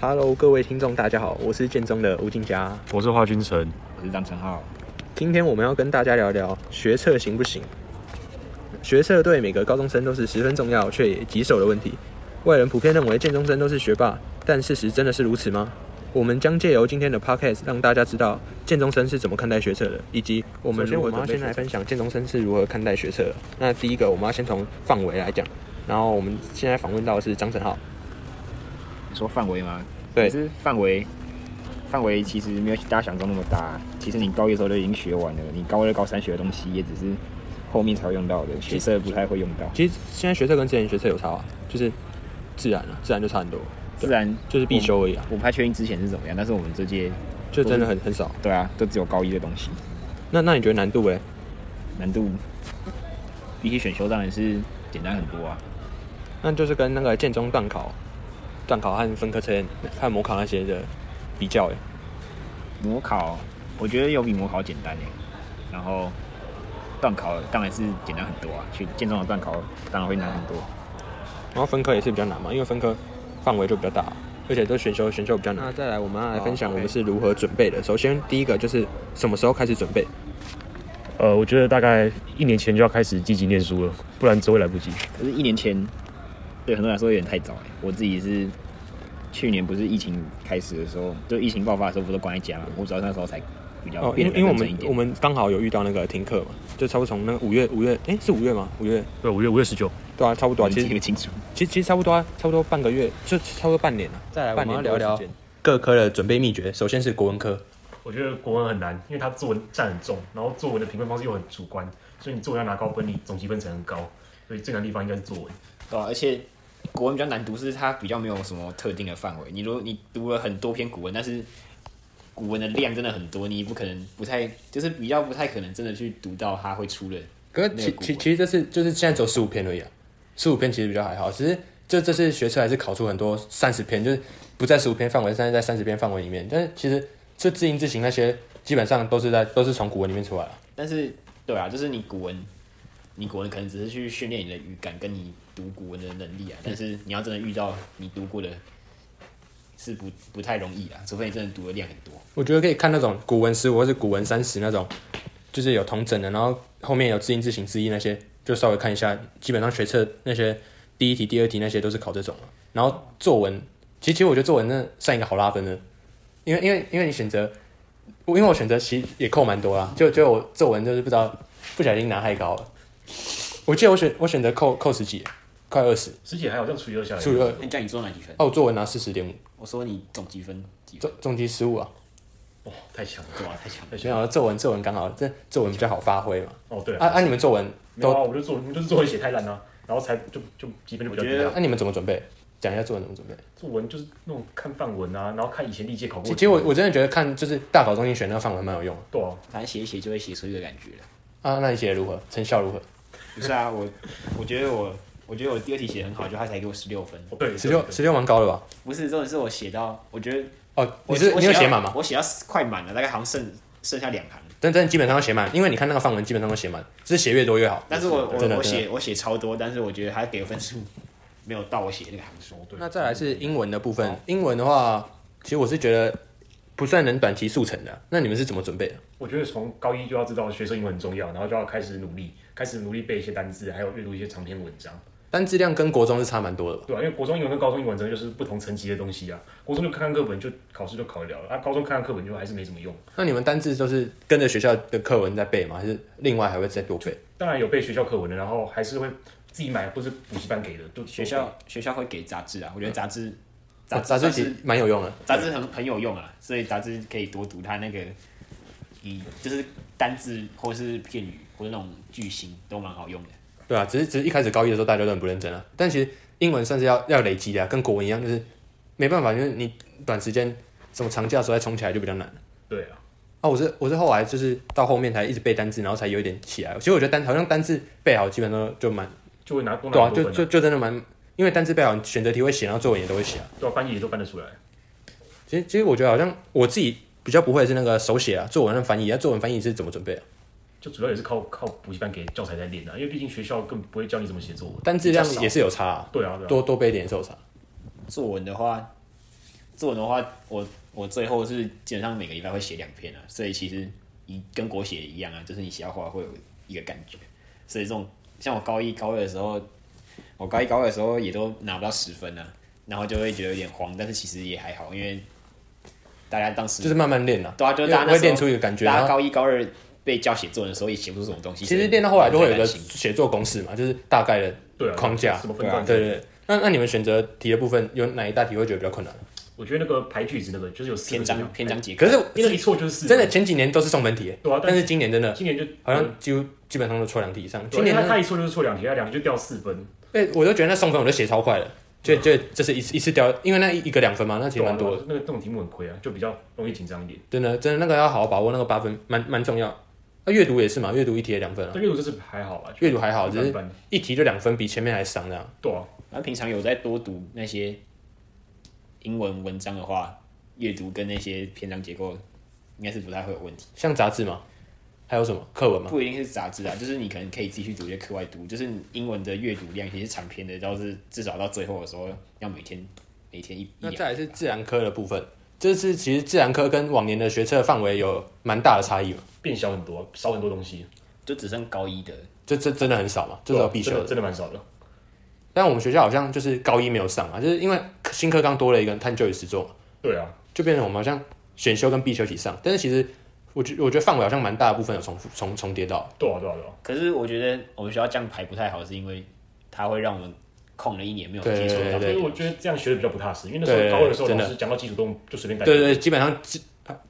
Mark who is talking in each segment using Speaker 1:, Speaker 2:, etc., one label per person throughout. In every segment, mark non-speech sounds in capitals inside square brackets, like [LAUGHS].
Speaker 1: Hello，各位听众，大家好，我是建中的吴静佳。
Speaker 2: 我是华君城，
Speaker 3: 我是张成浩，
Speaker 1: 今天我们要跟大家聊聊学测行不行？学测对每个高中生都是十分重要却也棘手的问题。外人普遍认为建中生都是学霸，但事实真的是如此吗？我们将借由今天的 podcast 让大家知道建中生是怎么看待学测的，以及我们
Speaker 2: 首先
Speaker 1: 如
Speaker 2: 我
Speaker 1: 何
Speaker 2: 们要
Speaker 1: 准备
Speaker 2: 先来
Speaker 1: 学测分享建中生是如何看待学测的。那第一个，我们要先从范围来讲，然后我们现在访问到的是张晨浩。
Speaker 3: 你说范围吗？
Speaker 1: 对
Speaker 3: 可是范围，范围其实没有大家想中那么大。其实你高一的时候就已经学完了，你高二、高三学的东西也只是后面才会用到的，学测不太会用到。
Speaker 1: 其实现在学测跟之前学测有差啊，就是自然啊，自然就差很多，
Speaker 3: 自然
Speaker 1: 就是必修而已啊，
Speaker 3: 我不太确定之前是怎么样，但是我们这届
Speaker 1: 就真的很很少。
Speaker 3: 对啊，都只有高一的东西，
Speaker 1: 那那你觉得难度嘞？
Speaker 3: 难度比起选修当然是简单很多啊。
Speaker 1: 那就是跟那个建中段考、段考和分科测验、和模考那些的比较欸诶。
Speaker 3: 模考我觉得有比模考简单耶，欸然后段考当然是简单很多啊，去建中的段考当然会难很多。
Speaker 1: 然后分科也是比较难嘛，因为分科范围就比较大，啊而且都选修选修比较难。那哦再来，我们要来分享
Speaker 3: 好
Speaker 1: 我
Speaker 3: ，OK
Speaker 1: 们是如何准备的。首先第一个就是什么时候开始准备？
Speaker 2: 呃，我觉得大概一年前就要开始积极念书了，不然只会来不及。
Speaker 3: 可是，一年前对很多人来说有点太早哎。我自己是去年不是疫情开始的时候，就疫情爆发的时候，不都关在家嘛？我主要那时候才比较
Speaker 1: 哦，
Speaker 3: 变
Speaker 1: 因为
Speaker 3: 得
Speaker 1: 因为
Speaker 3: 认
Speaker 1: 我
Speaker 3: 真一
Speaker 1: 们
Speaker 3: 点 [LAUGHS]
Speaker 1: 我们刚好有遇到那个停课嘛，就差不多从那个五月五月，诶，是五月吗？五月
Speaker 2: 对，五月五月十九，
Speaker 1: 对啊，差不多、啊，其
Speaker 3: 记
Speaker 1: 实
Speaker 3: 得清楚。
Speaker 1: 其实其实差不多、啊，差不多半个月，就差不多半年了、
Speaker 4: 再来，我
Speaker 1: 半
Speaker 4: 们
Speaker 1: 年
Speaker 4: 要聊聊
Speaker 1: 多的时间各科的准备秘诀。首先是国文科，
Speaker 2: 我觉得国文很难，因为它作文占很重，然后作文的评分方式又很主观，所以你作文要拿高分，你总积分才能高。所以最难的地方应该是作文。
Speaker 3: 对、啊，而且国文比较难读，是它比较没有什么特定的范围。你如果你读了很多篇古文，但是古文的量真的很多，你不可能不太就是比较不太可能真的去读到它会出的。
Speaker 4: 可是
Speaker 3: 那个
Speaker 4: 其
Speaker 3: 古
Speaker 4: 其
Speaker 3: 文
Speaker 4: 其实这次就是现在只有十五篇而已啊，十五篇其实比较还好，只是这这次学测还是考出很多三十篇，就是不在十五篇范围，但是在三十篇范围里面。但是其实这字音字形那些基本上都是在都是从古文里面出来的。
Speaker 3: 但是对啊，就是你古文，你古文可能只是去训练你的语感跟你读古文的能力啊，但是你要真的遇到你读过的，是不不太容易啊，除非你真的读的量很多。
Speaker 4: 我觉得可以看那种古文十五或是古文三十那种，就是有同整的，然后后面有字音字形字义那些，就稍微看一下。基本上学测那些第一题、第二题那些都是考这种了然后作文，其实其实我觉得作文那算一个好拉分的，因为因为因为你选择，我因为我选择其实也扣蛮多啦，就就我作文就是不知道不小心拿太高了。我记得我选我选择扣扣十几，快二十，
Speaker 2: 师姐还有这样除以二下来，
Speaker 4: 除以二。
Speaker 3: 那你叫你做哪几分？
Speaker 4: 哦，我作文拿四十点五，
Speaker 3: 我说你总积分几分
Speaker 4: 重？重击十五啊。
Speaker 2: 哇，哦太强了，
Speaker 3: 对啊，太强了。
Speaker 2: 太
Speaker 4: 没
Speaker 2: 强了。
Speaker 4: 有作文，作文刚好，这作文比较好发挥嘛。
Speaker 2: 哦，对
Speaker 4: 啊
Speaker 2: 啊，
Speaker 4: 啊！你们作文
Speaker 2: 没
Speaker 4: 都
Speaker 2: 有啊，我就作文就是作文写太烂了、然后才就就积分就比较
Speaker 3: 我觉
Speaker 2: 低
Speaker 3: 得
Speaker 2: 啊。
Speaker 4: 那、你们怎么准备？讲一下作文怎么准备。
Speaker 2: 作文就是那种看范文啊，然后看以前历届考过
Speaker 4: 其
Speaker 2: 的。
Speaker 4: 其实我我真的觉得看就是大考中心选那个范围蛮有用的
Speaker 2: 对啊，
Speaker 3: 反正写一写就会写出一个感觉了。
Speaker 4: 啊。那你写的如何？成效如何？
Speaker 3: 不是啊，我我觉得我我觉得我第二题写得很好，就他才给我十六分。
Speaker 2: 哦对，
Speaker 4: 十六十六蛮高的吧？
Speaker 3: 不是，重点是我写到，我觉得
Speaker 4: 哦，你
Speaker 3: 我
Speaker 4: 是
Speaker 3: 我
Speaker 4: 你有
Speaker 3: 到
Speaker 4: 写满吗？
Speaker 3: 我写到快满了，大概好像剩剩下两行。
Speaker 4: 但但基本上要写满，因为你看那个范文基本上都写满，只是写越多越好。
Speaker 3: 但是我
Speaker 4: 真的真
Speaker 3: 我我
Speaker 4: 的
Speaker 3: 写我写超多，但是我觉得他给的分数没有到我写那个行数。
Speaker 2: 哦对。
Speaker 4: 那再来是英文的部分，哦英文的话，其实我是觉得不算能短期速成的。啊那你们是怎么准备的？
Speaker 2: 我觉得从高一就要知道学生英文很重要，然后就要开始努力，开始努力背一些单字，还有阅读一些长篇文章。
Speaker 4: 单质量跟国中是差蛮多的吧？
Speaker 2: 对啊，因为国中英文跟高中英文真的就是不同层级的东西啊。国中就看看课本就考试就考得了了，啊，高中看看课本就还是没什么用。
Speaker 4: 那你们单字都是跟着学校的课文在背吗？还是另外还会再多背？
Speaker 2: 当然有背学校课文的，然后还是会自己买或是补习班给的，就
Speaker 3: 学校学校会给杂志啊，我觉得杂志杂
Speaker 4: 杂志
Speaker 3: 杂
Speaker 4: 其实
Speaker 3: 志
Speaker 4: 蛮有用的。
Speaker 3: 杂志很很有用啊，所以杂志可以多读它那个以就是单字或是片语或者那种句型都蛮好用的。
Speaker 4: 对啊，只是只是一开始高一的时候大家都很不认真啊，但其实英文算是要要累积的、啊，跟国文一样，就是没办法，就是你短时间什么长假的时候再冲起来就比较难。
Speaker 2: 对啊，
Speaker 4: 啊，我是我是后来就是到后面才一直背单字，然后才有一点起来。其实我觉得单好像单字背好，基本上就蛮
Speaker 2: 就会拿多拿
Speaker 4: 对啊，
Speaker 2: 很
Speaker 4: 就
Speaker 2: 多分、
Speaker 4: 就就真的蛮，因为单字背好，选择题会写，然后作文也都会写啊。
Speaker 2: 对啊，翻译也都翻得出来。
Speaker 4: 其实其实我觉得好像我自己比较不会的是那个手写啊，作文的翻译，那、作文翻译是怎么准备啊？
Speaker 2: 就主要也是靠靠补习班给教材在练啊，因为毕竟学校更不会教你怎么写作文。
Speaker 4: 单字量
Speaker 3: 比较少
Speaker 4: 也是有差、啊，
Speaker 2: 对啊，对啊，
Speaker 4: 多多背一点也是有差。
Speaker 3: 作文的话，作文的话，我我最后是基本上每个礼拜会写两篇啊，所以其实一跟国写一样啊，就是你写到后来会有一个感觉。所以这种像我高一高二的时候，我高一高二的时候也都拿不到十分啊，然后就会觉得有点慌，但是其实也还好，因为大家当时
Speaker 4: 就是慢慢练啊。
Speaker 3: 对啊，就是大家
Speaker 4: 因为
Speaker 3: 那时候
Speaker 4: 会练出一个感觉。
Speaker 3: 大
Speaker 4: 然
Speaker 3: 家
Speaker 4: 后
Speaker 3: 高一高二被教写作文的时候也写不出什么东西。
Speaker 4: 其
Speaker 3: 所
Speaker 4: 实
Speaker 3: 以
Speaker 4: 练到后来都会有一
Speaker 3: 不用
Speaker 4: 个
Speaker 3: 担心
Speaker 4: 写作公式嘛，就是大概的
Speaker 2: 对啊，
Speaker 4: 框架
Speaker 2: 什么分段？
Speaker 4: 对对对。那那你们选择题的部分有哪一大题会觉得比较困难？
Speaker 2: 我觉得那个排句子那个就是有四
Speaker 3: 篇
Speaker 2: 个字
Speaker 3: 章
Speaker 2: 嘛
Speaker 3: 篇章，结
Speaker 4: 可
Speaker 3: 课，
Speaker 4: 是
Speaker 2: 因为一错就是四啊
Speaker 4: 真的
Speaker 2: 分。
Speaker 4: 前几年都是送分题，
Speaker 2: 对啊但嗯
Speaker 4: 但是今年真的
Speaker 2: 今年就
Speaker 4: 好像几乎基本上都错两题以上。今
Speaker 2: 今
Speaker 4: 年
Speaker 2: 年他
Speaker 4: 真的
Speaker 2: 他一错就是错两题，他两题就掉四分，
Speaker 4: 对，我都觉得那送分我都写超快了，就就这是一次一次掉，因为那一一个两分嘛，那其实蛮多的。
Speaker 2: 啊的。那个这种题目很亏啊，就比较容易紧张一点。
Speaker 4: 真的，真的那个要好好把握那个八分，蛮蛮重要。那阅读也是嘛，阅读一题也两分啊，
Speaker 2: 但阅读这次还好啊，
Speaker 4: 阅读还好，
Speaker 2: 一
Speaker 4: 只
Speaker 2: 般
Speaker 4: 是
Speaker 2: 般
Speaker 4: 一题就两分，比前面还伤这样。
Speaker 2: 对啊，
Speaker 3: 然后平常有在多读那些英文文章的话，阅读跟那些篇章结构应该是不太会有问题。
Speaker 4: 像杂志嘛，还有什么课文嘛？
Speaker 3: 不一定是杂志啊，就是你可能可以自己去读一些课外读，就是你英文的阅读量，其实长篇的，倒是至少到最后的时候要每天每天一一
Speaker 4: 那
Speaker 3: 两
Speaker 4: 再来是自然科的部分，这次其实自然科跟往年的学测范围有蛮大的差异嘛，
Speaker 2: 变小很多，啊少很多东西，
Speaker 3: 就只剩高一的，
Speaker 4: 这这真的很少嘛，这
Speaker 2: 对
Speaker 4: 是
Speaker 2: 啊
Speaker 4: 有必修
Speaker 2: 真的
Speaker 4: 的。
Speaker 2: 真的蛮少的。
Speaker 4: 但我们学校好像就是高一没有上嘛，啊就是因为新课纲多了一个探究与实作嘛，
Speaker 2: 对啊，
Speaker 4: 就变成我们好像选修跟必修一起上，但是其实我觉我觉得范围好像蛮大的部分有重复重重叠到，
Speaker 2: 对啊，对啊，对啊，
Speaker 3: 可是我觉得我们学校这样排不太好，是因为它会让我们空了一年没有接触
Speaker 4: 对
Speaker 3: 到。
Speaker 2: 所以我觉得这样学的比较不踏实，因为那时候
Speaker 4: 对
Speaker 2: 高二的时候
Speaker 4: 真的
Speaker 2: 老师讲到基础动物就随便带，
Speaker 4: 对对，对基本上自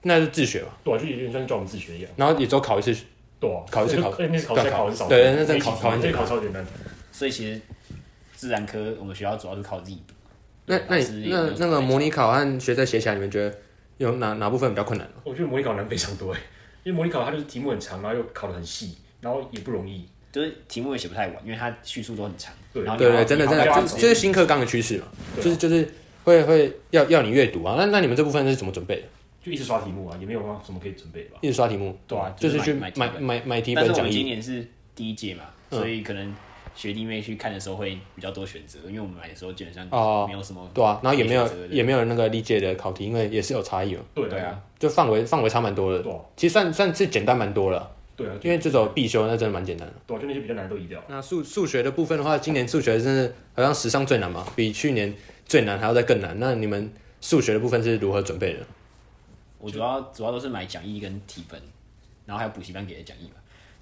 Speaker 4: 那是自学嘛，
Speaker 2: 对啊，就有点像叫我们自学一样，
Speaker 4: 然后也只有考一次
Speaker 2: 对啊，
Speaker 4: 考一次考
Speaker 2: 而且那次考试还考很少，
Speaker 4: 对那次考
Speaker 2: 这一集
Speaker 4: 考很
Speaker 2: 这
Speaker 4: 简单
Speaker 2: 一考超简单，
Speaker 3: 所以其实自然科我们学校主要是靠自己读。
Speaker 4: 那那
Speaker 2: 啊
Speaker 3: 老师
Speaker 4: 你
Speaker 3: 也没有
Speaker 4: 那那
Speaker 3: 什
Speaker 4: 个
Speaker 3: 么
Speaker 4: 模拟考和学测写起来，你们觉得有哪哪部分比较困难？
Speaker 2: 我觉得模拟考难非常多哎，因为模拟考它就是题目很长，啊然后又考得很细，然后也不容易，
Speaker 3: 就是题目也写不太完，因为它叙述都很长。
Speaker 2: 对
Speaker 3: 然后
Speaker 4: 对
Speaker 3: 你要
Speaker 4: 对，真的
Speaker 3: 你
Speaker 4: 真
Speaker 3: 要
Speaker 4: 的，
Speaker 3: 花
Speaker 4: 就
Speaker 2: 八
Speaker 4: 是
Speaker 3: 时
Speaker 4: 就
Speaker 3: 间
Speaker 4: 是新课纲的趋势嘛，
Speaker 2: 对啊
Speaker 4: 就是就是会会要要你阅读啊。那那你们这部分是怎么准备的？
Speaker 2: 就一直刷题目啊，也没有什么可以准备吧。
Speaker 4: 一直刷题目，
Speaker 2: 对啊，
Speaker 4: 就
Speaker 3: 就是是
Speaker 4: 去
Speaker 3: 买
Speaker 4: 买买买题
Speaker 3: 但
Speaker 4: 本
Speaker 3: 是我
Speaker 4: 讲
Speaker 3: 们今
Speaker 4: 义。
Speaker 3: 年是第一届嘛，
Speaker 4: 嗯
Speaker 3: 所以可能学弟妹去看的时候会比较多选择，因为我们买的时候基本上
Speaker 4: 哦
Speaker 3: 没有什么。
Speaker 4: 对啊，然后也没有
Speaker 3: 选择的
Speaker 4: 也没有那个历届的考题，因为也是有差异嘛，
Speaker 2: 对
Speaker 3: 对
Speaker 2: 啊，
Speaker 3: 啊，
Speaker 4: 就范围范围差蛮多的。
Speaker 2: 对啊，
Speaker 4: 其实算算是简单蛮多了，
Speaker 2: 对啊，
Speaker 4: 因为这种必修那真的蛮简单的。
Speaker 2: 对啊，就那些比较难的都移掉了。
Speaker 4: 那数数学的部分的话，今年数学真的好像史上最难嘛，比去年最难还要再更难。那你们数学的部分是如何准备的？
Speaker 3: 我主要主要都是买讲义跟题本，然后还有补习班给的讲义嘛。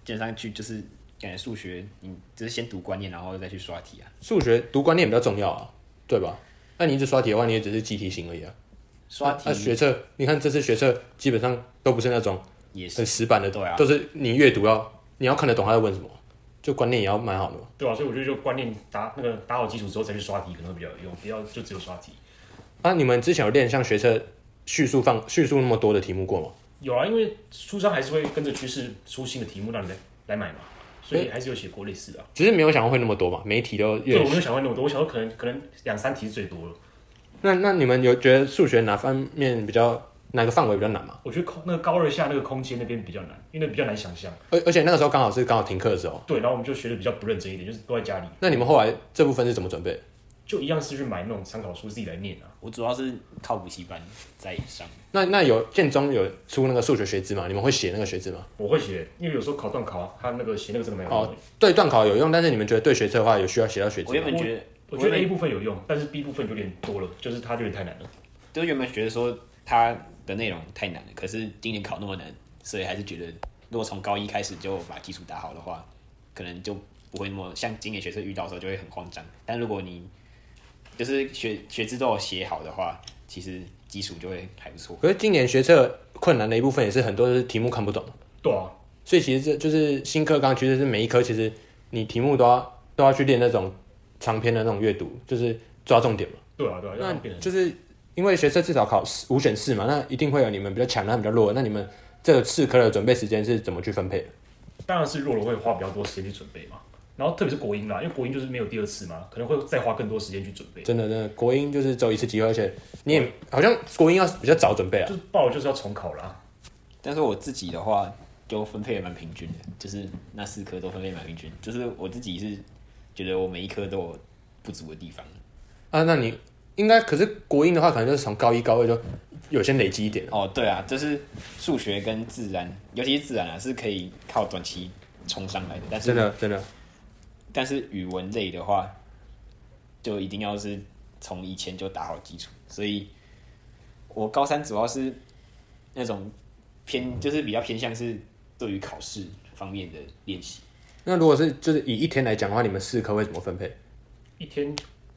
Speaker 3: 基本上去就是感觉数学，你就是先读观念，然后再去刷题啊。
Speaker 4: 数学读观念比较重要啊，对吧？那你一直刷题的话，你也只是记题型而已啊。
Speaker 3: 刷
Speaker 4: 那、那
Speaker 3: 题
Speaker 4: 学测，你看这次学测基本上都不是那种
Speaker 3: 也是
Speaker 4: 很死板的，
Speaker 3: 对啊
Speaker 4: 都是你阅读要你要看得懂他在问什么，就观念也要蛮好的嘛。
Speaker 2: 对啊，所以我觉得就观念打那个打好基础之后再去刷题可能会比较有用，不要就只有刷题。
Speaker 4: 啊，你们之前有练像学测叙述放叙述那么多的题目过吗？
Speaker 2: 有啊，因为书商还是会跟着趋势出新的题目让你来来买嘛，所以还是有写过类似的啊、
Speaker 4: 只是没有想过会那么多嘛，每一题都
Speaker 2: 对，
Speaker 4: 越
Speaker 2: 我没有想过那么多，我想到可能可能两三题是最多了。
Speaker 4: 那那你们有觉得数学哪方面比较哪个范围比较难吗？
Speaker 2: 我觉得空那个高二下那个空间那边比较难，因为那比较难想象。
Speaker 4: 而而且那个时候刚好是刚好停课的时候，
Speaker 2: 对，然后我们就学的比较不认真一点，就是都在家里，
Speaker 4: 那你们后来这部分是怎么准备？
Speaker 2: 就一样是去买那种参考书自己来念啊。
Speaker 3: 我主要是靠补习班在上。
Speaker 4: 那那有建中有出那个数学学制吗？你们会写那个学制吗？
Speaker 2: 我会写，因为有时候考段考啊，他那个写那个真的蛮有用的
Speaker 4: 哦。，对段考有用，但是你们觉得对学测的话有需要写到学制
Speaker 3: 我原
Speaker 4: 吗？
Speaker 3: 本觉得，
Speaker 2: 我觉得
Speaker 3: 原
Speaker 2: A
Speaker 3: 本
Speaker 2: 部分有用，但是 B 部分有点多了，就是它有点太难了。
Speaker 3: 就是原本觉得说它的内容太难了，可是今年考那么难，所以还是觉得如果从高一开始就把基础打好的话，可能就不会那么像今年学生遇到的时候就会很慌张。但如果你就是学学制都有写好的话，其实基础就会还不错。
Speaker 4: 可是今年学测困难的一部分也是很多是题目看不懂，
Speaker 2: 对啊，
Speaker 4: 所以其实这就是新课纲，其实是每一科其实你题目都要都要去练那种长篇的那种阅读，就是抓重点嘛。
Speaker 2: 对啊，对啊，
Speaker 4: 那
Speaker 2: 让它变成
Speaker 4: 就是因为学测至少考四五选四嘛，那一定会有你们比较强的，比较弱的。那你们这四科的准备时间是怎么去分配的？
Speaker 2: 当然是弱了会花比较多时间去准备嘛。然后特别是国英啦，因为国英就是没有第二次嘛，可能会再花更多时间去准备。
Speaker 4: 真的，真的，国英就是只有一次机会，而且你也好像国英要比较早准备啊
Speaker 2: 就。是报了就是要重考啦，
Speaker 3: 但是我自己的话，就分配的蛮平均的，就是那四科都分配得蛮平均。就是我自己是觉得我每一科都有不足的地方，
Speaker 4: 啊，那你应该可是国英的话，可能就是从高一高二就有先累积一点了。
Speaker 3: 哦，对啊，这是数学跟自然，尤其是自然啊，是可以靠短期冲上来的。但
Speaker 4: 真
Speaker 3: 是，
Speaker 4: 的真的，
Speaker 3: 但是语文类的话，就一定要是从以前就打好基础。所以，我高三主要是那种偏，就是比较偏向是对于考试方面的练习。
Speaker 4: 那如果是就是以一天来讲的话，你们四科会怎么分配？
Speaker 2: 一天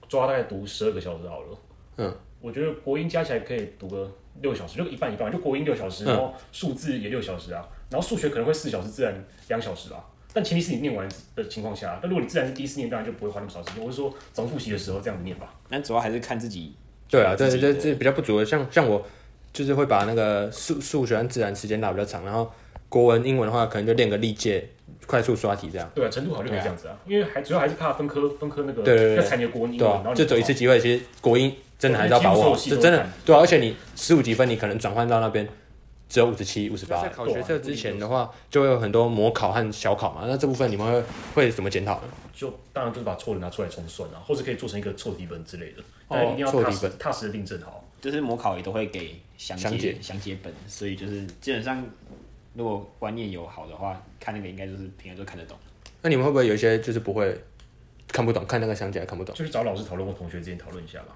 Speaker 2: 抓大概读十二个小时好了。
Speaker 4: 嗯，
Speaker 2: 我觉得国英加起来可以读个六小时，就一半一半，就国英六小时，
Speaker 4: 嗯
Speaker 2: 然后数字也六小时啊，然后数学可能会四小时，自然两小时啊。但前提是你念完的情况下，那啊如果你自然是第一次念，当然就不会花那么少时间。我是说，总复习的时候这样子念吧。
Speaker 3: 但主要还是看自己
Speaker 4: 对啊，这
Speaker 3: 自己
Speaker 4: 这
Speaker 3: 的
Speaker 4: 这比较不足的，像像我就是会把那个数数学和自然时间拉比较长，然后国文、英文的话，可能就练个历届，快速刷题这样。
Speaker 2: 对啊，程度好就可以
Speaker 3: 对啊
Speaker 2: 这样子啊，因为还主要还是怕分科分科那个
Speaker 4: 哎对对对
Speaker 2: 要踩你的国英英
Speaker 4: 对
Speaker 2: 文，
Speaker 4: 啊
Speaker 2: 然后，你
Speaker 4: 就走一次机会，其实国英真的还是要把
Speaker 2: 几乎所
Speaker 4: 握
Speaker 2: 有
Speaker 4: 好，
Speaker 2: 系
Speaker 4: 这
Speaker 2: 都
Speaker 4: 真的
Speaker 2: 看
Speaker 4: 对啊，而且你十五几分，你可能转换到那边只有五十七、五十八。
Speaker 2: 在考学测之前的
Speaker 4: 话，就会有很多模考和小考嘛。那这部分你们会会怎么检讨呢？
Speaker 2: 就当然就是把错的拿出来重算啊，或者可以做成一个错题本之类的，
Speaker 4: 哦
Speaker 2: 但一定要
Speaker 4: 错
Speaker 2: 踏
Speaker 4: 题
Speaker 2: 实
Speaker 4: 本
Speaker 2: 踏实的订正好。
Speaker 3: 就是模考也都会给详
Speaker 4: 详
Speaker 3: 解
Speaker 4: 解
Speaker 3: 详解本，所以就是基本上如果观念有好的话，看那个应该就是平常都看得懂。
Speaker 4: 那你们会不会有一些就是不会看不懂，看那个详解还看不懂？
Speaker 2: 就去找老师讨论，或同学之间讨论一下吧。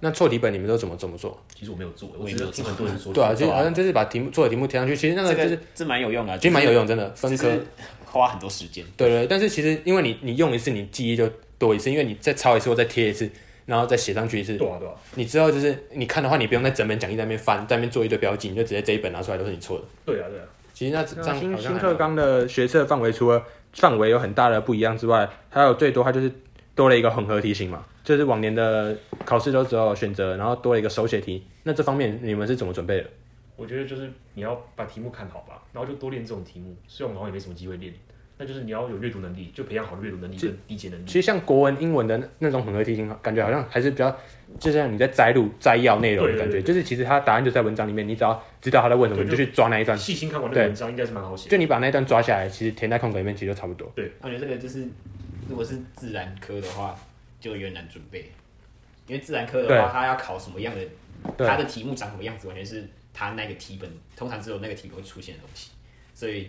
Speaker 4: 那错题本你们都怎么怎么做？
Speaker 2: 其实我没有做，
Speaker 3: 我
Speaker 2: 我
Speaker 3: 也
Speaker 2: 只
Speaker 3: 没
Speaker 2: 是听
Speaker 3: 有做
Speaker 2: 很多人说。
Speaker 4: 对啊，
Speaker 2: 就
Speaker 4: 就好像就是把题目做的题目贴上去，其实那个
Speaker 3: 这
Speaker 4: 就
Speaker 3: 个
Speaker 4: 是
Speaker 3: 这蛮有用的，啊
Speaker 4: 其实蛮有用，真的
Speaker 3: 就
Speaker 4: 分
Speaker 3: 是，
Speaker 4: 科
Speaker 3: 只。是花很多时间。
Speaker 4: 对对，对但是其实因为你你用一次，你记忆就多一次，因为你再抄一次或再贴一次，然后再写上去一次，
Speaker 2: 对啊对啊，
Speaker 4: 你之后就是你看的话，你不用在整本讲义在那边翻，在那边做一堆标记，你就直接这一本拿出来都是你错的。
Speaker 2: 对啊对啊，
Speaker 4: 其实那这样好像
Speaker 1: 新
Speaker 4: 还
Speaker 1: 新
Speaker 4: 好
Speaker 1: 课纲
Speaker 4: 的学测范围除了范围有很大的不一样之外，还有最多它就是多了一个混合题型嘛，就是往年的考试都只有选择，然后多了一个手写题。那这方面你们是怎么准备的？
Speaker 2: 我觉得就是你要把题目看好吧，然后就多练这种题目。虽然我们好像也没什么机会练，但就是你要有阅读能力，就培养好阅读能力跟理解能
Speaker 4: 其
Speaker 2: 力。
Speaker 4: 实像国文、英文的那那种混合题型，感觉好像还是比较，就像你在摘录、摘要内容的
Speaker 2: 对对
Speaker 4: 感觉，
Speaker 2: 对
Speaker 4: 就是其实它答案就在文章里面，你只要知道他在问什么，
Speaker 2: 对
Speaker 4: 你就
Speaker 2: 就
Speaker 4: 去抓那一段，
Speaker 2: 细心看完那
Speaker 4: 对
Speaker 2: 个文章，应该是蛮好写的。
Speaker 4: 就你把那一段抓下来，其实填在空格里面，其实就差不多。
Speaker 3: 我觉得这个就是，如果是自然科的话，就有点难准备，因为自然科的
Speaker 4: 对
Speaker 3: 话，它要考什么样的，
Speaker 4: 对啊
Speaker 3: 它的题目长什么样子，完全是它那个题本，通常只有那个题本会出现的东西，所以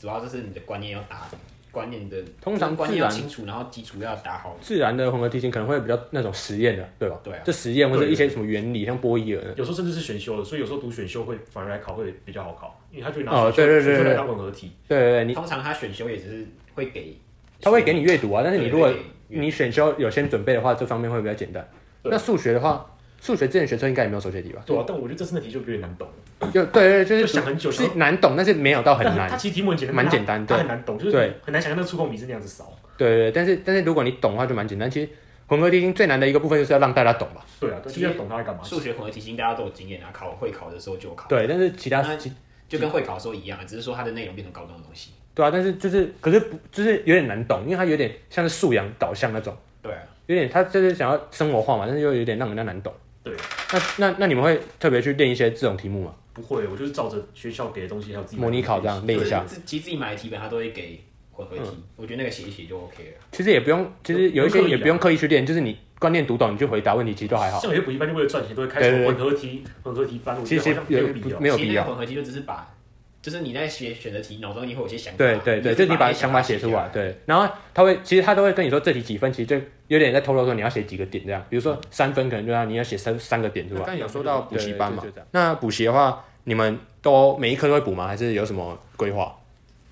Speaker 3: 主要就是你的观念要打，观念的
Speaker 4: 通常
Speaker 3: 观念要
Speaker 4: 自然
Speaker 3: 清楚，然后基础要打好。
Speaker 4: 自然的混合题型可能会比较那种实验的，对吧？
Speaker 3: 对啊
Speaker 4: 就实验或者一些什么原理，像波义尔
Speaker 2: 有时候甚至是选修的，所以有时候读选修会反而来考会比较好考，因为他就会拿
Speaker 4: 哦
Speaker 2: 选修
Speaker 4: 对对对
Speaker 2: 选修
Speaker 4: 对
Speaker 2: 来当混合题。
Speaker 4: 对对对，你
Speaker 3: 通常他选修也只是会给，
Speaker 4: 他会给你阅读啊，但是你
Speaker 3: 对
Speaker 4: 如果
Speaker 3: 会给阅
Speaker 4: 你选修有先准备的话，这方面会比较简单。
Speaker 2: 对
Speaker 4: 那数学的话，数学之前学测应该也没有手写题吧？
Speaker 2: 对啊，但我觉得这次的题就有点难懂，
Speaker 4: 就对对，对就
Speaker 2: 就是想很久，想
Speaker 4: 嗯是难懂，但是没有到很
Speaker 2: 但它 [LAUGHS]
Speaker 4: 难。
Speaker 2: 其实题目很简单，
Speaker 4: 蛮
Speaker 2: 但它
Speaker 4: 简单对
Speaker 2: 它很难懂，就是
Speaker 4: 对
Speaker 2: 很难想象那个触控笔是那样子扫。
Speaker 4: 对对对，但是但是如果你懂的话，就蛮简单。其实混合题型最难的一个部分就是要让大家懂吧。
Speaker 2: 对啊，对，就是要懂它在干嘛。
Speaker 3: 数学混合题型，大家都有经验啊，考会考的时候就有考，
Speaker 4: 对，但是其他
Speaker 3: 那
Speaker 4: 其
Speaker 3: 就跟会考的时候一样啊，只是说它的内容变成高中的东西。
Speaker 4: 对啊，但是就是可是不就是有点难懂，因为它有点像是素养导向那种，
Speaker 3: 对啊，
Speaker 4: 有点它就是想要生活化嘛，但是又有点让人家难懂。
Speaker 2: 对，
Speaker 4: 那那那你们会特别去练一些这种题目吗？
Speaker 2: 不会，我就是照着学校给的东西，还有自己
Speaker 4: 模拟考这样练一下嗯
Speaker 3: 对，自其实自己买的题本他都会给混合题，我觉得那个写一写就 OK 了。
Speaker 4: 其实也不用，其实有一些
Speaker 2: 不用刻意啊
Speaker 4: 也不用刻意去练，就是你观念读懂，你去回答问题，其实都还好。
Speaker 2: 像有些补习班就为了赚钱，都会开什么混合题、混合题班，我
Speaker 4: 其
Speaker 2: 觉得好
Speaker 4: 实
Speaker 2: 像没
Speaker 4: 有
Speaker 2: 有必要。
Speaker 4: 没有
Speaker 3: 其实
Speaker 4: 必
Speaker 3: 那个
Speaker 4: 要。
Speaker 3: 混合题就只是把，就是你在写选择题脑中你会有一些想法，
Speaker 4: 对对对，
Speaker 3: 就
Speaker 4: 就是你把想法写出来，。对，然后他会，其实他都会跟你说这题几分，其实就有点在透露说你要写几个点这样。比如说三分，可能就让你要写三三个点出来。
Speaker 2: 刚有说到
Speaker 4: 补习班嘛，那补习的话，你们都每一科都会补吗？还是有什么规划？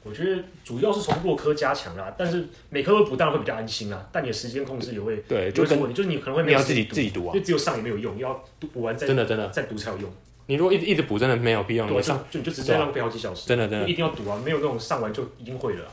Speaker 2: 我觉得主要是从弱科加强啦，但是每科都补当然会比较安心啦，但你的时间控制也会
Speaker 4: 对，
Speaker 2: 也
Speaker 4: 就
Speaker 2: 会
Speaker 4: 跟
Speaker 2: 出问题，就是你可能会
Speaker 4: 你
Speaker 2: 没有
Speaker 4: 要自己
Speaker 2: 读
Speaker 4: 自己读
Speaker 2: 因
Speaker 4: 啊，
Speaker 2: 为只有上也没有用，要读补完再
Speaker 4: 真的真的，
Speaker 2: 再读才有用。
Speaker 4: 你如果一直一直补，真的没有必要。
Speaker 2: 对
Speaker 4: 你
Speaker 2: 啊，就
Speaker 4: 嗯上
Speaker 2: 就你就直接浪费好几小时，
Speaker 4: 真的真
Speaker 2: 就
Speaker 4: 的
Speaker 2: 一。定要读啊，没有那种上完就一定会的啦。啊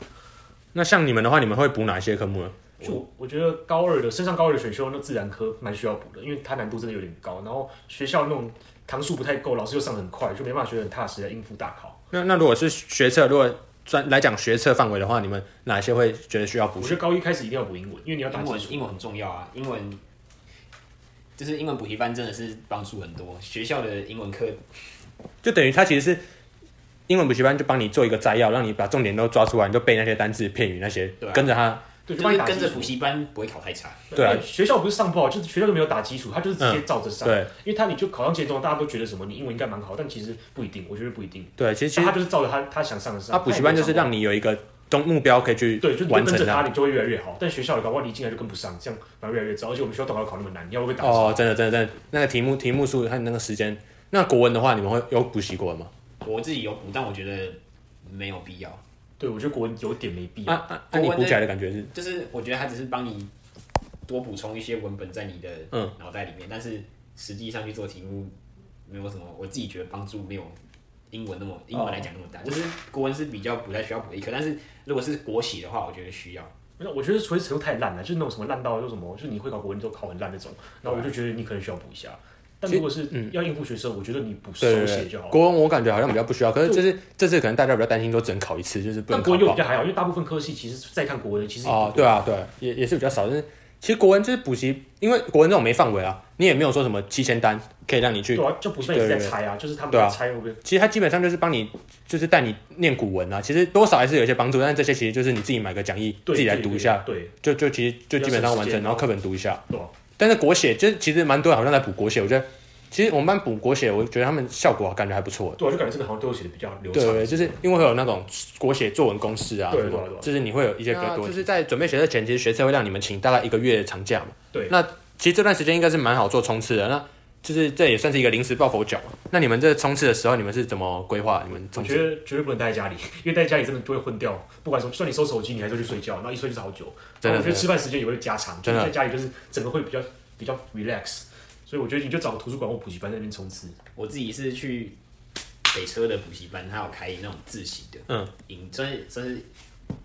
Speaker 4: 那像你们的话，你们会补哪些科目呢？
Speaker 2: 就我我觉得高二的升上高二的选修那自然科蛮需要补的，因为它难度真的有点高，然后学校那种堂数不太够，老师又上的很快，就没办法学得很踏实来应付大考。
Speaker 4: 那那如果是学测，如果专来讲学测范围的话，你们哪些会觉得需要补
Speaker 2: 我觉？得高一开始一定要补英文，因为你要打
Speaker 3: 英
Speaker 2: 基
Speaker 3: 文
Speaker 2: 础。
Speaker 3: 英文很重要啊，英文就是英文补习班真的是帮助很多，学校的英文课
Speaker 4: 就等于它其实是英文补习班就帮你做一个摘要，让你把重点都抓出来，你就背那些单字、片语那些
Speaker 3: 对啊，
Speaker 4: 跟着它
Speaker 2: 对，
Speaker 3: 就
Speaker 2: 帮你
Speaker 3: 是
Speaker 2: 打
Speaker 3: 跟着
Speaker 2: 基础
Speaker 3: 补习班不会考太差。
Speaker 4: 对啊
Speaker 2: 学校不是上不好，就是学校就没有打基础，他就是直接照着上。
Speaker 4: 对，
Speaker 2: 因为他你就考上建中，大家都觉得什么你英文应该蛮好，但其实不一定，我觉得不一定。
Speaker 4: 对，其实其
Speaker 2: 其实
Speaker 4: 实
Speaker 2: 他就是照着他他想上的上。
Speaker 4: 他补习班就是让你有一个东目标可以去
Speaker 2: 对，就是
Speaker 4: 完
Speaker 2: 跟
Speaker 4: 成
Speaker 2: 着他，
Speaker 4: 的。
Speaker 2: 你就会越来越好。但学校的搞不好你一进来就跟不上，这样反而越来越糟。而且我们学校段考考那么难，你要不会打
Speaker 4: 哦，真的真的真的，那个题目题目数和那个时间。那国文的话，你们会有补习国文吗？
Speaker 3: 我自己有补，但我觉得没有必要。
Speaker 2: 对，我觉得国文有点没必
Speaker 4: 啊
Speaker 2: 要。
Speaker 4: 啊，啊
Speaker 3: 国
Speaker 4: 你
Speaker 3: 文
Speaker 4: 补起来的感觉是
Speaker 3: 就是我觉得他只是帮你多补充一些文本在你的
Speaker 4: 嗯
Speaker 3: 脑袋里面，但是实际上去做题目没有什么，我自己觉得帮助没有英文那么英文来讲那么大。就是国文是比较不太需要补的一科，但是如果是国写的话，我觉得需要。
Speaker 2: 那我觉得除非程度太烂了，就是那种什么烂到就什么，就是你会考国文都考很烂那种，然后我就觉得你可能需要补一下。但如果是要应付学生，我觉得你补手
Speaker 4: 嗯对对
Speaker 2: 写
Speaker 4: 对
Speaker 2: 就好。了。
Speaker 4: 国文我感觉好像比较不需要，可是就是这次可能大家比较担心说只能考一次，就是不
Speaker 2: 但
Speaker 4: 能考
Speaker 2: 国文又
Speaker 4: 爆
Speaker 2: 比。较还好，因为大部分科系其实在看国文的，其实也
Speaker 4: 哦，
Speaker 2: 不
Speaker 4: 对
Speaker 2: 多，
Speaker 4: 啊，对，也也是比较少。但是其实国文就是补习，因为国文这种没范围啊，你也没有说什么七千单可以让你去
Speaker 2: 对啊，就补习班也是在猜啊，就是他们在猜会不会
Speaker 4: 其实它基本上就是帮你，就是带你念古文啊。其实多少还是有一些帮助，但这些其实就是你自己买个讲义，
Speaker 2: 对
Speaker 4: 自己来读一下，
Speaker 2: 对，
Speaker 4: 就就其实就基本上完
Speaker 2: 比较省时
Speaker 4: 成，
Speaker 2: 间
Speaker 4: 然后课本读一下
Speaker 2: 对啊。
Speaker 4: 但是国写就是其实蛮多人好像在补国写，我觉得其实我们班补国写，我觉得他们效果感觉还不错。
Speaker 2: 对啊，就感觉真的好像都写的比较流
Speaker 4: 对
Speaker 2: 畅。
Speaker 4: 对，就是因为会有那种国写作文公式啊，
Speaker 2: 对
Speaker 4: 什么
Speaker 2: 对对对
Speaker 4: 就是你会有一些比较多。
Speaker 2: 那
Speaker 4: 啊就
Speaker 2: 就是
Speaker 4: 在准备学测前，其实学测会让你们请大概一个月长假嘛。
Speaker 2: 对
Speaker 4: 那其实这段时间应该是蛮好做冲刺的，那就是这也算是一个临时抱佛脚嘛。那你们这冲刺的时候，你们是怎么规划？你们
Speaker 2: 我
Speaker 4: 冲刺
Speaker 2: 觉得绝对不能待在家里，因为待在家里真的都会混掉。不管什么，就算你收手机，你还是会去睡觉，然后一睡就是好久。
Speaker 4: 真的
Speaker 2: 然后我觉得吃饭时间也会加长，就
Speaker 4: 真
Speaker 2: 是
Speaker 4: 的
Speaker 2: 在家里就是整个会比较比较 relax。所以我觉得你就找个图书馆或补习班在那边冲刺。
Speaker 3: 我自己是去北车的补习班，他有开那种自习的，
Speaker 4: 嗯，
Speaker 3: 营算是算是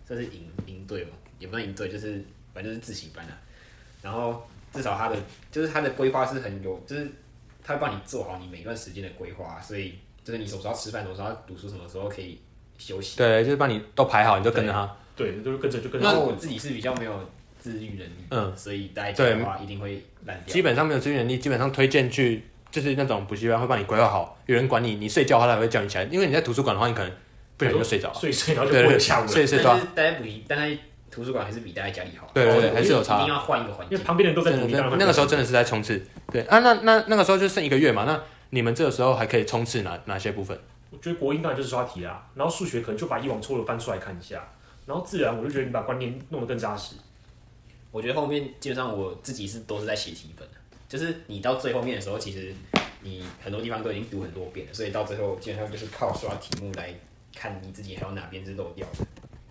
Speaker 3: 算是营营队嘛，也不算营队，就是反正就是自习班啊。然后至少他的就是他的规划是很有，就是他会帮你做好你每一段时间的规划啊、所以就是你什么时候要吃饭，什么时候要读书，什么时候可以休息。
Speaker 4: 对，就是帮你都排好，你就跟着他。
Speaker 2: 对，就是跟着就跟
Speaker 3: 然后
Speaker 2: 着。
Speaker 3: 我自己是比较没有自律能力，
Speaker 4: 嗯，
Speaker 3: 所以待在家的话一定会烂掉
Speaker 4: 基。本上没有资源能力，基本上推荐去就是那种补习班会帮你规划好，有人管你，你睡觉他才会叫你起来。因为你在图书馆的话，你可能不小心就睡着了。
Speaker 2: 睡一睡，然后就
Speaker 4: 对
Speaker 2: 过
Speaker 4: 对，啊
Speaker 2: 了下午了。
Speaker 4: 睡睡着
Speaker 3: 但。是待在补习，待在图书馆还是比待在家里好。啊
Speaker 4: 对对对
Speaker 3: 因为
Speaker 4: 还是有差
Speaker 3: 一定要换一个环
Speaker 2: 因
Speaker 3: 境
Speaker 2: 为。旁边的人都在
Speaker 4: 真
Speaker 2: 努
Speaker 4: 的
Speaker 2: 力，
Speaker 4: 真
Speaker 2: 当然
Speaker 4: 的
Speaker 2: 会
Speaker 4: 那个时候真的是在冲刺。对啊，那那那个时候就剩一个月嘛，那你们这个时候还可以冲刺哪哪些部分？
Speaker 2: 我觉得国英当然就是刷题啦，然后数学可能就把以往错的翻出来看一下，然后自然我就觉得你把观念弄得更扎实。
Speaker 3: 我觉得后面基本上我自己是都是在写题本的，就是你到最后面的时候，其实你很多地方都已经读很多遍了，所以到最后基本上就是靠刷题目来看你自己还有哪边是漏掉的。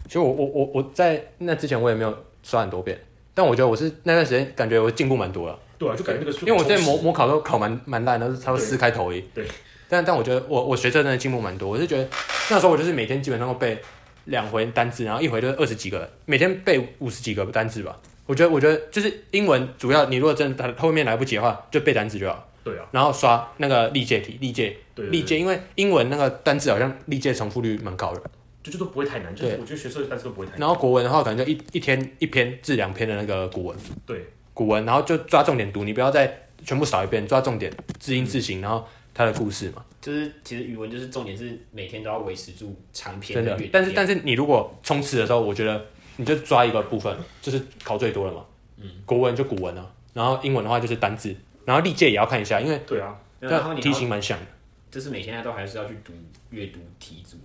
Speaker 4: 其实我我我我在那之前我也没有刷很多遍，但我觉得我是那段时间感觉我进步蛮多了，
Speaker 2: 对啊，就感觉那个
Speaker 4: 因为我在模模考都考蛮蛮烂的，都是差不多四开头而已。
Speaker 2: 对。
Speaker 4: 但但我觉得我我学测真的进步蛮多，我是觉得那时候我就是每天基本上会背两回单字，然后一回就是二十几个，每天背五十几个单字吧。我觉得我觉得就是英文主要你如果真的后面来不及的话，就背单词就好。
Speaker 2: 对啊，
Speaker 4: 然后刷那个历届题，历届
Speaker 2: 对对
Speaker 4: 历届，因为英文那个单字好像历届重复率蛮高的。
Speaker 2: 就就都不会太难，就是
Speaker 4: 对
Speaker 2: 我觉得学测但是都不会太难。
Speaker 4: 然后国文的话，可能就一一天一篇至两篇的那个古文，
Speaker 2: 对，
Speaker 4: 古文，然后就抓重点读，你不要再全部扫一遍，抓重点，字音字形，然后它的故事嘛，
Speaker 3: 就是其实语文就是重点是每天都要维持住长篇
Speaker 4: 真的
Speaker 3: 阅读。。
Speaker 4: 但是但是你如果冲刺的时候，我觉得你就抓一个部分，就是考最多了嘛。嗯，国文就古文啊，然后英文的话就是单字，然后历届也要看一下，因为
Speaker 2: 对啊，
Speaker 3: 没有然后你
Speaker 4: 题
Speaker 3: 还要
Speaker 4: 型蛮像的。
Speaker 3: 就是每天都还是要去读阅读题组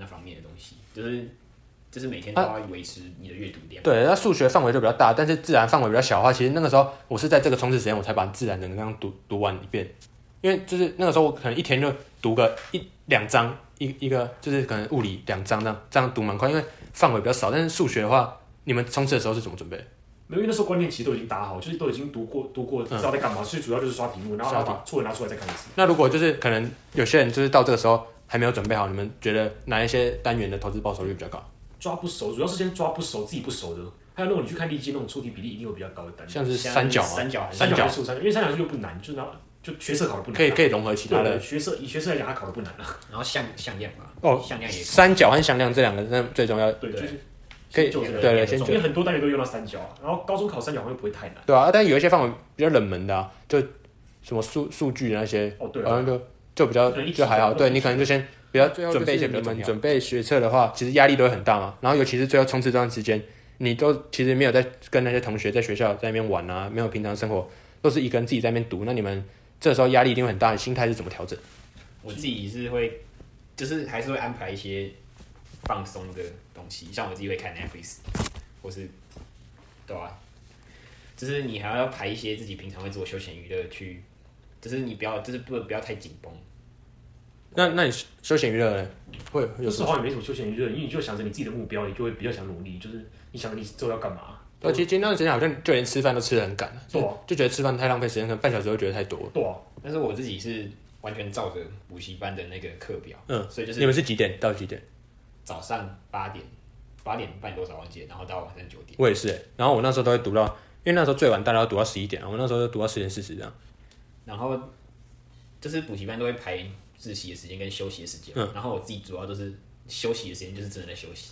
Speaker 3: 那方面的东西，就是就是每天都
Speaker 4: 啊
Speaker 3: 要维持你的阅读量。
Speaker 4: 对，那数学范围就比较大，但是自然范围比较小的话，其实那个时候我是在这个冲刺时间，我才把自然整个这样读读完一遍，因为就是那个时候我可能一天就读个一两章，一一个就是可能物理两章这样这样读蛮快，因为范围比较少。但是数学的话，你们冲刺的时候是怎么准备？
Speaker 2: 没有，因为那时候观念其实都已经打好，就是都已经读过读过，知道在干嘛，所以主要就是刷题目，然后
Speaker 4: 刷
Speaker 2: 把
Speaker 4: 题
Speaker 2: 错的拿出来再看一次。
Speaker 4: 那如果就是可能有些人就是到这个时候还没有准备好，你们觉得哪一些单元的投资报酬率比较高？
Speaker 2: 抓不熟，主要是先抓不熟自己不熟的，还有那种你去看历届那种出题比例一定会比较高的单元，
Speaker 4: 像是
Speaker 3: 像
Speaker 4: 三角啊嘛，
Speaker 3: 三角还是
Speaker 4: 三
Speaker 2: 角
Speaker 4: 角
Speaker 2: 数三角，因为三角数又不难，就是拿就学测考的不难啊，
Speaker 4: 可以可以融合其他
Speaker 2: 对
Speaker 4: 的
Speaker 2: 对，学测以学测来讲，它考的不难了。
Speaker 3: 然后向向量嘛，
Speaker 4: 哦
Speaker 3: 向量也
Speaker 4: 三角和向量这两个那最重要，
Speaker 2: 对，就是
Speaker 4: 可以
Speaker 2: 先就
Speaker 4: 对
Speaker 2: 是
Speaker 4: 对先
Speaker 2: 因
Speaker 4: 就
Speaker 2: 为很多单元都用到三角啊，然后高中考三角好像不会太难。
Speaker 4: 对啊，但有一些范围比较冷门的啊，就什么数数据那些，
Speaker 2: 哦对啊
Speaker 4: 好像就就比较
Speaker 2: 对一起
Speaker 4: 就还好。
Speaker 2: 讲
Speaker 4: 对你可能就先比较
Speaker 1: 最后
Speaker 4: 准备一些
Speaker 1: 就
Speaker 4: 比
Speaker 1: 是
Speaker 4: 较
Speaker 1: 你们
Speaker 4: 准备学测的话，其实压力都会很大嘛。然后尤其是最后冲刺这段时间，你都其实没有在跟那些同学在学校在那边玩啊，没有平常生活，都是一个人自己在那边读，那你们这时候压力一定会很大，你心态是怎么调整？
Speaker 3: 我自己是会，就是还是会安排一些放松的东西，像我自己会看 Netflix，或是对啊，就是你还要排一些自己平常会做休闲娱乐去，就是你不要，就是不不要太紧绷。
Speaker 4: 那那你休休闲娱乐呢？会会有
Speaker 2: 有
Speaker 4: 什
Speaker 2: 时
Speaker 4: 么？
Speaker 2: 候也没什么休闲娱乐，因为你就想着你自己的目标，你就会比较想努力，就是你想着你之后要干嘛，
Speaker 4: 而且哦今天那段时间好像就连吃饭都吃的很赶，
Speaker 2: 对啊
Speaker 4: 就就觉得吃饭太浪费时间，可能半小时会觉得太多了。
Speaker 2: 对啊，
Speaker 3: 但是我自己是完全照着补习班的那个课表，
Speaker 4: 嗯，
Speaker 3: 所以就是
Speaker 4: 你们是几点到几点？
Speaker 3: 早上八点八点半多少忘记了，然后到晚上九点。
Speaker 4: 我也是、欸，然后我那时候都会读到，因为那时候最晚大家都读到十一点，我们那时候就读到十点四十这样。
Speaker 3: 然后就是补习班都会排自习的时间跟休息的时间，
Speaker 4: 嗯
Speaker 3: 然后我自己主要都是休息的时间就是真的在休息。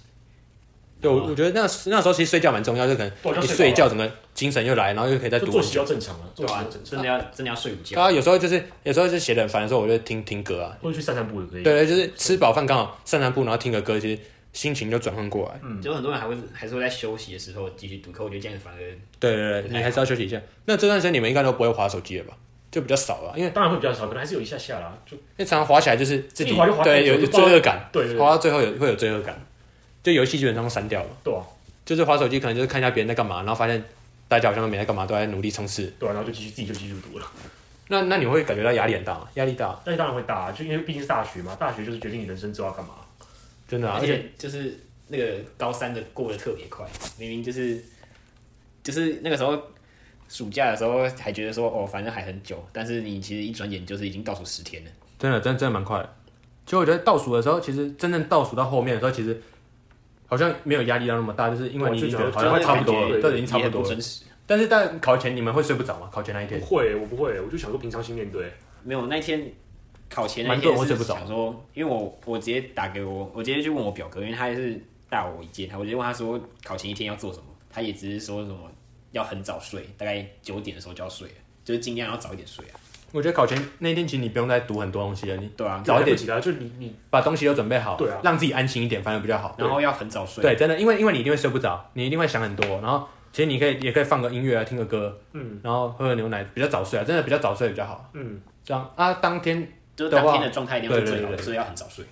Speaker 4: 对，我我觉得那那时候其实睡觉蛮重要，就可
Speaker 2: 哦对
Speaker 4: 能
Speaker 2: 就
Speaker 4: 一
Speaker 2: 睡
Speaker 4: 睡
Speaker 2: 着
Speaker 4: 觉整个精神又来，然后又可以再
Speaker 2: 就
Speaker 4: 读
Speaker 2: 作
Speaker 4: 很
Speaker 2: 息
Speaker 4: 久。
Speaker 2: 要正常啊，作
Speaker 3: 对
Speaker 2: 息
Speaker 3: 啊
Speaker 2: 要正，
Speaker 3: 真
Speaker 2: 常，
Speaker 3: 的要真的要睡午
Speaker 4: 刚
Speaker 3: 觉。
Speaker 4: 刚有时候就是有时候就写得很烦的时候，我就听听歌啊。
Speaker 2: 或者去散散步也可以。
Speaker 4: 对对，就是吃饱饭刚好散散步，然后听个歌，其实心情就转换过
Speaker 2: 嗯
Speaker 4: 来。
Speaker 3: 就很多人还会还是会在休息的时候继续读，可我觉得这样反而
Speaker 4: 对对对，你还是要休息一下。那这段时间你们应该都不会划手机了吧？就比较少了，因为
Speaker 2: 当然会比较少，可能还是有一下下啦，就
Speaker 4: 因为常常滑起来就是自己
Speaker 2: 一滑就滑太
Speaker 4: 对
Speaker 2: 久
Speaker 4: 有有
Speaker 2: 就不知道
Speaker 4: 罪恶感，
Speaker 2: 对对对
Speaker 4: 滑到最后有会有罪恶感。就游戏基本上都删掉了，
Speaker 2: 对啊，
Speaker 4: 就是滑手机可能就是看一下别人在干嘛，然后发现大家好像都没在干嘛，都在努力冲刺。
Speaker 2: 对啊，然后就继续自己就继续读了。 [LAUGHS]
Speaker 4: 那那你会感觉到压力很大吗？压力大，
Speaker 2: 但是当然会大啊，就因为毕竟是大学嘛，大学就是决定你人生之后要干嘛。
Speaker 4: 真的、啊，
Speaker 3: 而
Speaker 4: 而且
Speaker 3: 且就是那个高三的过得特别快，明明就是就是那个时候暑假的时候还觉得说哦，反正还很久，但是你其实一转眼就是已经倒数十天了。
Speaker 4: 真的，真的真的蛮快的。其实我觉得倒数的时候，其实真正倒数到后面的时候，其实好像没有压力到那么大，就是因为你已经觉得好像差不多了，
Speaker 2: 对
Speaker 4: 都
Speaker 2: 对
Speaker 4: 已经差不
Speaker 3: 也很
Speaker 4: 多
Speaker 3: 不
Speaker 4: 了。
Speaker 3: 真实。
Speaker 4: 但是但考前你们会睡不着吗？考前那一天
Speaker 2: 不，会，我不会，我就想说平常心面对。
Speaker 3: 没有那一天考前那
Speaker 4: 蛮
Speaker 3: 一
Speaker 4: 多人会
Speaker 3: 天是
Speaker 4: 睡不着
Speaker 3: 想说，因为我我直接打给我，我直接去问我表哥，因为他是大我一届，他我直接问他说考前一天要做什么，他也只是说什么要很早睡，大概九点的时候就要睡了，就是尽量要早一点睡啊。
Speaker 4: 我觉得考前那一天其实你不用再读很多东西了，你
Speaker 3: 对啊，
Speaker 4: 早一点
Speaker 2: 起来，就你你
Speaker 4: 把东西都准备好，
Speaker 2: 对啊
Speaker 4: 让自己安心一点，反而比较好。
Speaker 3: 然后要很早睡。
Speaker 4: 对，真的，因为因为你一定会睡不着，你一定会想很多，然后其实你可以也可以放个音乐啊，听个歌，嗯，然后喝个牛奶，比较早睡啊，真的比较早睡比较好。
Speaker 2: 嗯，
Speaker 4: 这样啊，当天
Speaker 3: 就是当天的状态一定要是最好
Speaker 4: 对对
Speaker 3: 的，
Speaker 4: 对
Speaker 3: 所以要很早睡。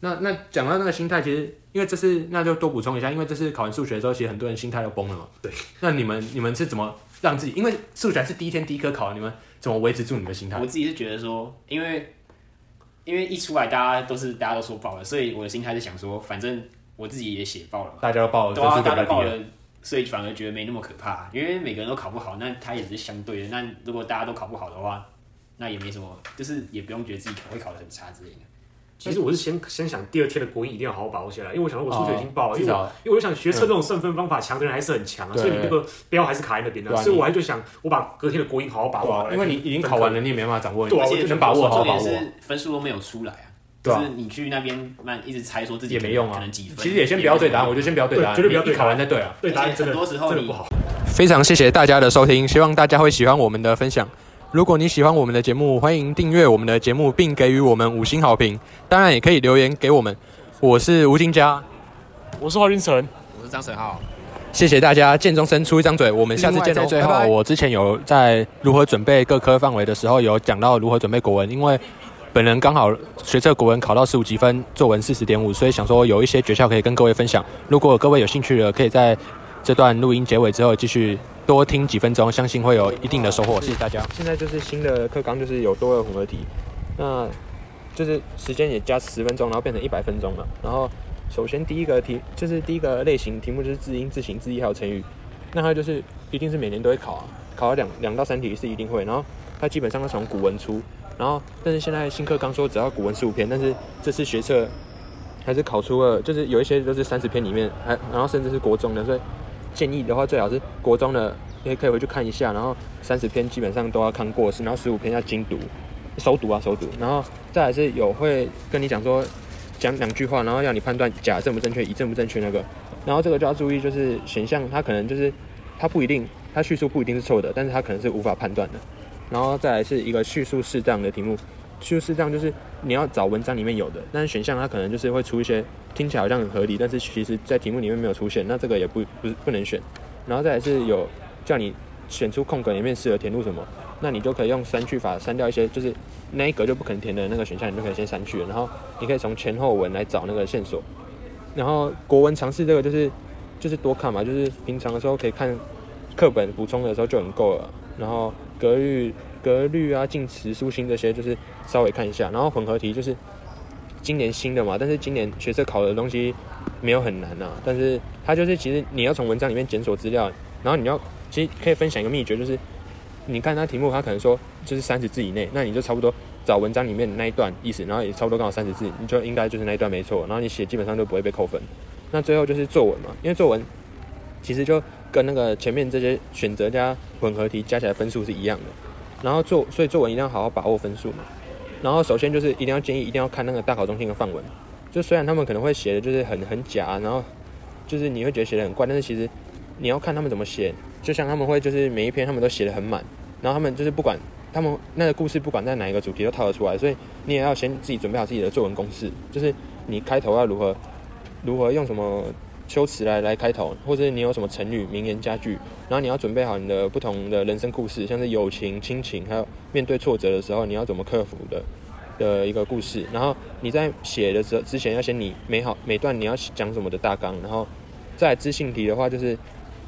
Speaker 4: 那那讲到那个心态，其实因为这次那就多补充一下，因为这次考完数学的时候，其实很多人心态都崩了嘛。
Speaker 2: 对。
Speaker 4: 那你们你们是怎么让自己？因为数学还是第一天第一科考，你们怎么维持住你们的心态
Speaker 3: 我？自己是觉得说，因为因为一出来大家都是大家都说爆了，所以我的心态是想说，反正我自己也写爆了嘛，
Speaker 4: 大家都报了，
Speaker 3: 对啊，
Speaker 4: 分数哦就比较
Speaker 3: 大家
Speaker 4: 低
Speaker 3: 爆
Speaker 4: 了。
Speaker 3: 了，所以反而觉得没那么可怕，因为每个人都考不好，那他也只是相对的。那如果大家都考不好的话，那也没什么，就是也不用觉得自己考会考得很差之类的。
Speaker 2: 其实我是先先想第二天的国英一定要好好把握下来，因为我想说我数学已经爆
Speaker 4: 哦
Speaker 2: 了，
Speaker 4: 至
Speaker 2: 因为我
Speaker 4: 少
Speaker 2: 因为我就想学测这种算分方法强的人还是很强啊，
Speaker 4: 对
Speaker 2: 所以你那个标还是卡在那边的、
Speaker 4: 对啊
Speaker 2: 所以我还就想我把隔天的国英好好把
Speaker 4: 对
Speaker 2: 握好
Speaker 4: 啊
Speaker 2: 来，
Speaker 4: 因为你已经考完了，你也没办法掌握，
Speaker 2: 对啊
Speaker 4: 而
Speaker 2: 我
Speaker 4: 且
Speaker 2: 就
Speaker 4: 能把握好好
Speaker 3: 重
Speaker 4: 把
Speaker 3: 点
Speaker 4: 握。
Speaker 3: 是分数都没有出来啊，
Speaker 4: 对啊
Speaker 3: 就是你去那边慢一直猜说自己
Speaker 4: 也没用
Speaker 3: 可
Speaker 4: 啊
Speaker 3: 能几，分，
Speaker 4: 其实也先不要对
Speaker 3: 啊
Speaker 4: 答案，我就先不要对答案，
Speaker 2: 对绝对不要对
Speaker 4: 你考完再对啊。
Speaker 2: 对答案真的
Speaker 3: 而且很多时候
Speaker 2: 真的
Speaker 3: 你
Speaker 2: 不好。
Speaker 4: 非常谢谢大家的收听，希望大家会喜欢我们的分享。如果你喜欢我们的节目，欢迎订阅我们的节目，并给予我们五星好评。当然，也可以留言给我们。我是吴金佳，
Speaker 2: 我是华云成。
Speaker 3: 我是张神浩。
Speaker 4: 谢谢大家，见中生出一张嘴，我们下次见
Speaker 3: 另
Speaker 4: 喽。
Speaker 3: 外在
Speaker 4: 最后，
Speaker 3: 拜拜
Speaker 4: 我之前有在如何准备各科范围的时候，有讲到如何准备国文，因为本人刚好学测国文考到十五积分，作文四十点五，所以想说有一些诀窍可以跟各位分享。如果各位有兴趣的，可以在这段录音结尾之后继续多听几分钟，相信会有一定的收获。谢谢大家。现在就是新的课纲，就是有多个混合题，那就是时间也加十分钟，然后变成一百分钟了。然后首先第一个题就是第一个类型题目就是字音、字形、字义还有成语，那它就是一定是每年都会考啊，考了两两到三题是一定会。然后它基本上是从古文出，然后但是现在新课纲说只要古文十五篇，但是这次学测还是考出了，就是有一些都是三十篇里面，还然后甚至是国中的，所以建议的话最好是国中的也可以回去看一下，然后三十篇基本上都要看过是，然后十五篇要精读。熟读啊，熟读，然后再来是有会跟你讲说讲两句话，然后要你判断甲正不正确，乙正不正确那个。然后这个就要注意，就是选项它可能就是它不一定，它叙述不一定是错的，但是它可能是无法判断的。然后再来是一个叙述适当的题目，就是这样，就是你要找文章里面有的，但是选项它可能就是会出一些听起来好像很合理，但是其实在题目里面没有出现，那这个也不不是不能选。然后再来是有叫你选出空格里面适合填入什么，那你就可以用删去法删掉一些，就是那一格就不可能填的那个选项，你就可以先删去了。然后你可以从前后文来找那个线索。然后国文尝试这个就是就是多看嘛，就是平常的时候可以看课本补充的时候就很够了。然后格律、格律啊、近词、书心这些就是稍微看一下。然后混合题就是今年新的嘛，但是今年学测考的东西没有很难啊，但是它就是其实你要从文章里面检索资料，然后你要其实可以分享一个秘诀，就是你看它题目，它可能说就是三十字以内，那你就差不多找文章里面那一段意思，然后也差不多刚好三十字，你就应该就是那一段没错，然后你写基本上就不会被扣分。那最后就是作文嘛，因为作文其实就跟那个前面这些选择加混合题加起来分数是一样的，然后作所以作文一定要好好把握分数嘛。然后首先就是一定要建议一定要看那个大考中心的范文，就虽然他们可能会写的就是很很假，啊然后就是你会觉得写的很怪，但是其实你要看他们怎么写，就像他们会就是每一篇他们都写的很满，然后他们就是不管他们那个故事不管在哪一个主题都套得出来，所以你也要先自己准备好自己的作文公式，就是你开头要如何如何用什么修辞来来开头，或者你有什么成语、名言佳句，然后你要准备好你的不同的人生故事，像是友情、亲情，还有面对挫折的时候你要怎么克服的的一个故事。然后你在写的时候之前要先你美好每段你要讲什么的大纲，然后再来知性题的话就是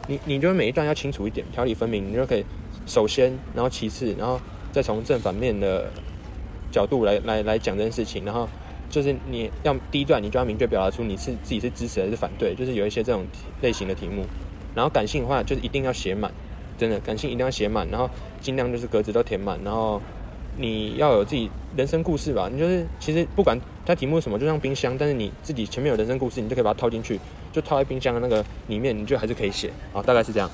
Speaker 4: 你你就每一段要清楚一点，条理分明，你就可以首先，然后其次，然后再从正反面的角度来来来讲这件事情，然后就是你要第一段你就要明确表达出你是自己是支持还是反对，就是有一些这种题类型的题目。然后感性的话就是一定要写满，真的感性一定要写满，然后尽量就是格子都填满，然后你要有自己人生故事吧。你就是其实不管它题目是什么，就像冰箱，但是你自己前面有人生故事，你就可以把它套进去，就套在冰箱的那个里面，你就还是可以写啊，大概是这样。